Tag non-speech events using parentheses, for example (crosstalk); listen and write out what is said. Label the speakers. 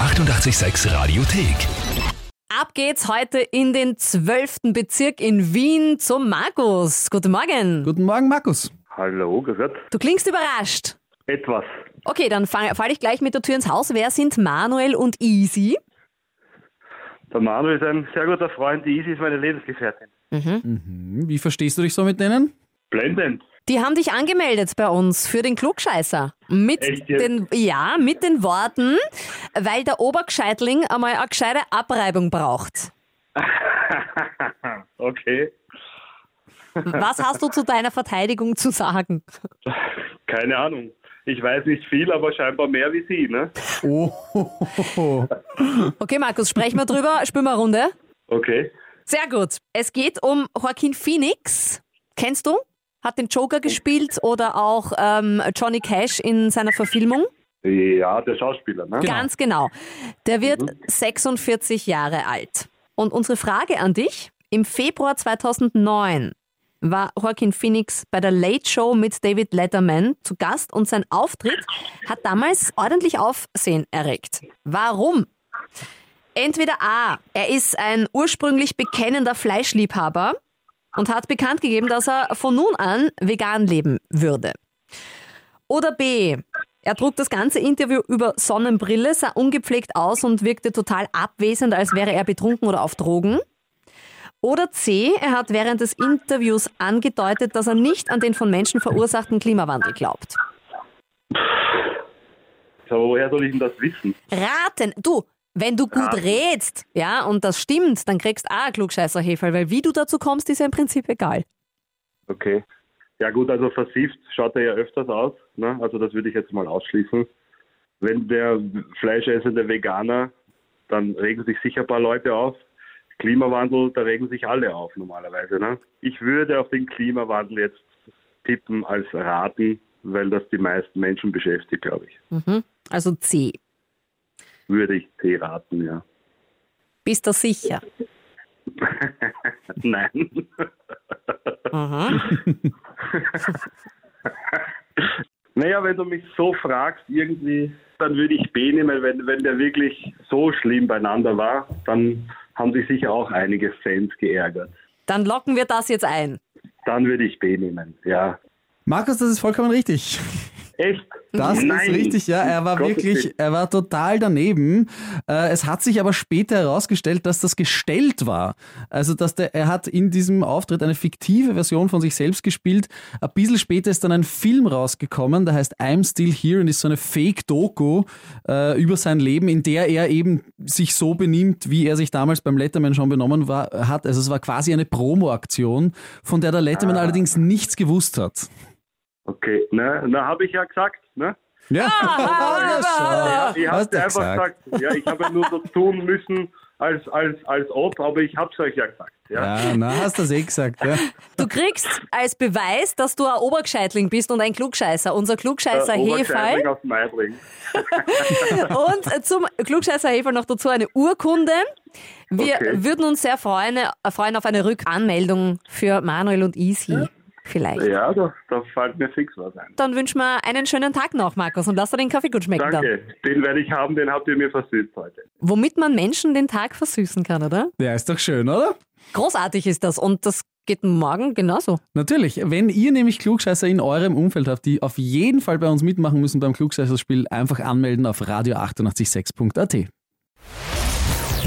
Speaker 1: 886 Radiothek.
Speaker 2: Ab geht's heute in den 12. Bezirk in Wien zum Markus. Guten Morgen.
Speaker 3: Guten Morgen, Markus.
Speaker 4: Hallo, gehört?
Speaker 2: Du klingst überrascht.
Speaker 4: Etwas.
Speaker 2: Okay, dann falle ich gleich mit der Tür ins Haus. Wer sind Manuel und Easy?
Speaker 4: Der Manuel ist ein sehr guter Freund, die Isi ist meine Lebensgefährtin.
Speaker 3: Hm, Wie verstehst du dich so mit denen?
Speaker 4: Blendend.
Speaker 2: Die haben dich angemeldet bei uns für den Klugscheißer. Mit
Speaker 4: Echt jetzt?
Speaker 2: den, ja, mit den Worten, weil der Obergescheitling einmal eine gescheite Abreibung
Speaker 4: (laughs)
Speaker 2: braucht.
Speaker 4: Okay,
Speaker 2: Was hast du zu deiner Verteidigung zu sagen?
Speaker 4: keine Ahnung. Ich weiß nicht viel, aber scheinbar mehr wie sie, ne?
Speaker 3: Oh,
Speaker 2: Okay, Markus, sprechen wir drüber, spielen wir eine Runde.
Speaker 4: Okay.
Speaker 2: Sehr gut. Es geht um Joaquin Phoenix. Kennst du? Hat den Joker gespielt oder auch ähm, Johnny Cash in seiner Verfilmung?
Speaker 4: Ja, der Schauspieler, ne?
Speaker 2: Ganz genau. Der wird 46 Jahre alt. Und unsere Frage an dich: Im Februar 2009 war Joaquin Phoenix bei der Late Show mit David Letterman zu Gast und sein Auftritt hat damals ordentlich Aufsehen erregt. Warum? Entweder A, er ist ein ursprünglich bekennender Fleischliebhaber und hat bekannt gegeben, dass er von nun an vegan leben würde. Oder B. Er trug das ganze Interview über Sonnenbrille, sah ungepflegt aus und wirkte total abwesend, als wäre er betrunken oder auf Drogen. Oder C. Er hat während des Interviews angedeutet, dass er nicht an den von Menschen verursachten Klimawandel glaubt.
Speaker 4: Aber woher soll ich denn das wissen?
Speaker 2: Raten! Du, wenn du gut
Speaker 4: Raten.
Speaker 2: rätst, ja, und das stimmt, dann kriegst du auch klugscheißer Heferl, weil wie du dazu kommst, ist ja im Prinzip egal.
Speaker 4: Okay. Ja gut, also versieft schaut er ja öfters aus, ne? Also das würde ich jetzt mal ausschließen. Wenn der fleischessende Veganer, dann regen sich sicher ein paar Leute auf. Klimawandel, da regen sich alle auf normalerweise, ne? Ich würde auf den Klimawandel jetzt tippen als raten, weil das die meisten Menschen beschäftigt, glaube ich.
Speaker 2: Also C.
Speaker 4: Würde ich C raten, ja. (laughs)
Speaker 2: Bist du sicher?
Speaker 4: Nein.
Speaker 2: Mhm.
Speaker 4: Naja, wenn du mich so fragst, irgendwie, dann würde ich B nehmen, wenn, wenn der wirklich so schlimm beieinander war, dann haben sich sicher auch einige Fans geärgert.
Speaker 2: Dann locken wir das jetzt ein.
Speaker 4: Dann würde ich B nehmen, ja.
Speaker 3: Markus, das ist vollkommen richtig.
Speaker 4: Echt?
Speaker 3: Das
Speaker 4: Nein.
Speaker 3: ist richtig, ja. Er war
Speaker 4: Gottes
Speaker 3: wirklich,
Speaker 4: Willen.
Speaker 3: er war total daneben. Äh, Es hat sich aber später herausgestellt, dass das gestellt war. Also, dass der, er hat in diesem Auftritt eine fiktive Version von sich selbst gespielt. Ein bisschen später ist dann ein Film rausgekommen, der heißt I'm Still Here und ist so eine Fake-Doku äh, über sein Leben, in der er eben sich so benimmt, wie er sich damals beim Letterman schon benommen war, hat. Also, es war quasi eine Promo-Aktion, von der der
Speaker 4: Ah.
Speaker 3: Letterman allerdings nichts gewusst hat.
Speaker 4: Okay, ne, na, habe ich ja gesagt, ne?
Speaker 3: Ja,
Speaker 4: Ja, ich habe
Speaker 3: Hast du
Speaker 4: einfach gesagt, ja, ich habe ja nur so tun müssen, als, als, als ob, aber ich habe es euch ja gesagt, ja.
Speaker 3: Ja, na, hast du das eh gesagt. Ja.
Speaker 2: Du kriegst als Beweis, dass du ein Obergescheitling bist und ein Klugscheißer. Unser Klugscheißer
Speaker 4: Der Oberscheidling
Speaker 2: Hefei.
Speaker 4: aus Meidling.
Speaker 2: Und äh, zum Klugscheißer Hefei noch dazu eine Urkunde. Wir
Speaker 4: Okay.
Speaker 2: würden uns sehr freuen, äh, freuen auf eine Rückanmeldung für Manuel und Easy. Vielleicht.
Speaker 4: Ja, da, da fällt mir fix was ein.
Speaker 2: Dann wünschen wir einen schönen Tag noch, Markus, und lass dir den Kaffee gut schmecken. Dann.
Speaker 4: Danke, den werde ich haben, den habt ihr mir versüßt heute.
Speaker 2: Womit man Menschen den Tag versüßen kann, oder?
Speaker 3: ja, ist doch schön, oder?
Speaker 2: Großartig ist das und das geht morgen genauso.
Speaker 3: Natürlich, wenn ihr nämlich Klugscheißer in eurem Umfeld habt, die auf jeden Fall bei uns mitmachen müssen beim Klugscheißerspiel, einfach anmelden auf radio886.at.